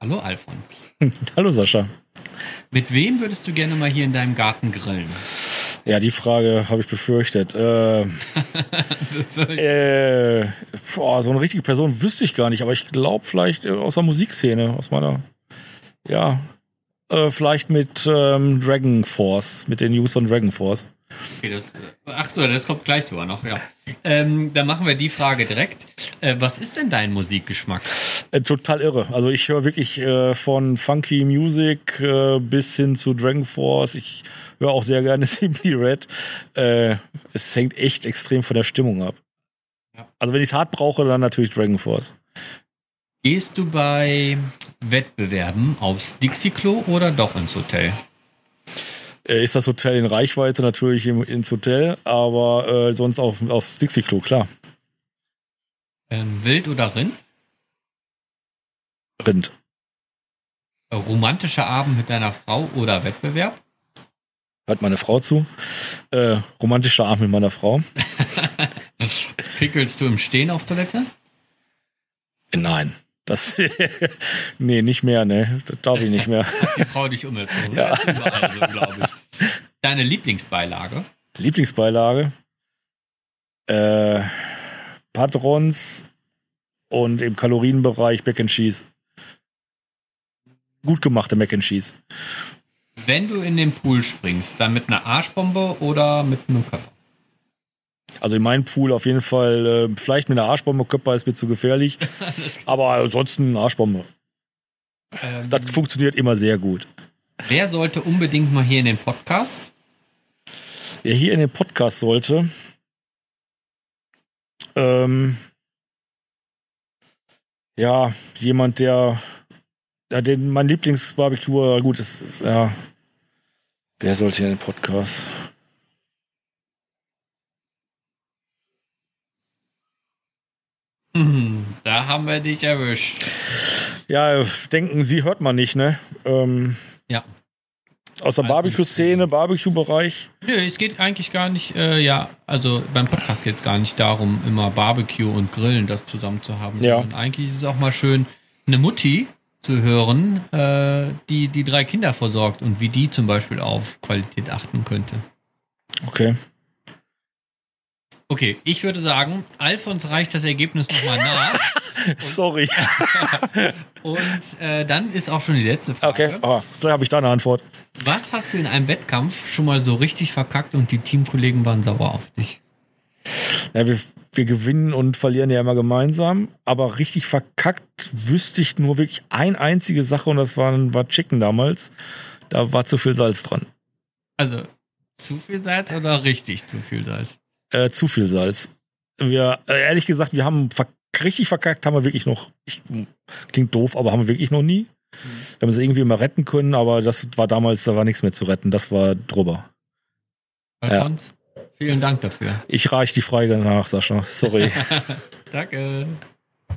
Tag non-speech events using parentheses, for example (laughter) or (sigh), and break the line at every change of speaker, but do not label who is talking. Hallo Alfons.
Hallo Sascha.
Mit wem würdest du gerne mal hier in deinem Garten grillen?
Ja, die Frage habe ich befürchtet. (laughs) Äh, äh, boah, so eine richtige Person wüsste ich gar nicht, aber ich glaube vielleicht äh, aus der Musikszene, aus meiner, ja, äh, vielleicht mit ähm, Dragon Force, mit den Jungs von Dragon Force.
Okay, das, äh, ach so, das kommt gleich sogar noch, ja. Ähm, dann machen wir die Frage direkt. Äh, was ist denn dein Musikgeschmack?
Äh, total irre. Also ich höre wirklich äh, von Funky Music äh, bis hin zu Dragon Force. Ich höre auch sehr gerne (laughs) Simply Red. Äh, es hängt echt extrem von der Stimmung ab.
Ja.
Also wenn ich es hart brauche, dann natürlich Dragon Force.
Gehst du bei Wettbewerben aufs Dixie-Klo oder doch ins Hotel?
Äh, ist das Hotel in Reichweite natürlich im, ins Hotel, aber äh, sonst auf, aufs Dixie-Klo, klar.
Ähm, Wild oder Rind?
Rind.
Äh, Romantischer Abend mit deiner Frau oder Wettbewerb? (laughs)
Hört meine Frau zu. Äh, romantischer Abend mit meiner Frau.
Pickelst du im Stehen auf Toilette?
Nein. Das, (laughs) nee, nicht mehr, ne. Das darf ich nicht mehr.
Die Frau dich umerzogen.
Ja.
Das ist (laughs) überall so, glaube ich. Deine Lieblingsbeilage?
Lieblingsbeilage. Äh, Patrons und im Kalorienbereich Mac and Cheese. Gut gemachte Mac and Cheese.
Wenn du in den Pool springst, dann mit einer Arschbombe oder mit einem Körper?
Also in meinem Pool auf jeden Fall, äh, vielleicht mit einer Arschbombe, Körper ist mir zu gefährlich. aber ansonsten Arschbombe.
Ähm,
Das funktioniert immer sehr gut.
wer sollte unbedingt mal hier in den Podcast?
Wer hier in den Podcast sollte, ähm, ja, jemand, der, ja, den, mein Lieblingsbarbecue, gut, es ist, ja, wer sollte hier in den Podcast?
Hm, da haben wir dich erwischt.
Ja, denken Sie, hört man nicht, ne? Ähm,
Ja.
Aus der
Also
Barbecue-Szene, Barbecue-Bereich.
Nö, es geht eigentlich gar nicht, äh, ja, also beim Podcast geht es gar nicht darum, immer Barbecue und Grillen das zusammen zu haben.
Ja.
sondern Eigentlich ist es auch mal schön, eine Mutti zu hören, äh, die die drei Kinder versorgt und wie die zum Beispiel auf Qualität achten könnte.
Okay.
Okay, ich würde sagen, Alfons reicht das Ergebnis nochmal nach.
(laughs) Sorry.
Und äh, dann ist auch schon die letzte Frage.
Okay. Ah, vielleicht habe ich da eine Antwort.
Was hast du in einem Wettkampf schon mal so richtig verkackt und die Teamkollegen waren sauer auf dich?
Ja, wir, wir gewinnen und verlieren ja immer gemeinsam, aber richtig verkackt wüsste ich nur wirklich ein einzige Sache und das war, war Chicken damals. Da war zu viel Salz dran.
Also zu viel Salz oder richtig zu viel Salz?
Äh, zu viel Salz. Wir, äh, ehrlich gesagt, wir haben verk richtig verkackt, haben wir wirklich noch. Ich, hm, klingt doof, aber haben wir wirklich noch nie. Wir haben es irgendwie immer retten können, aber das war damals, da war nichts mehr zu retten. Das war drüber.
Alfons, vielen Dank dafür.
Ich reiche die Frage nach, Sascha. Sorry.
Danke.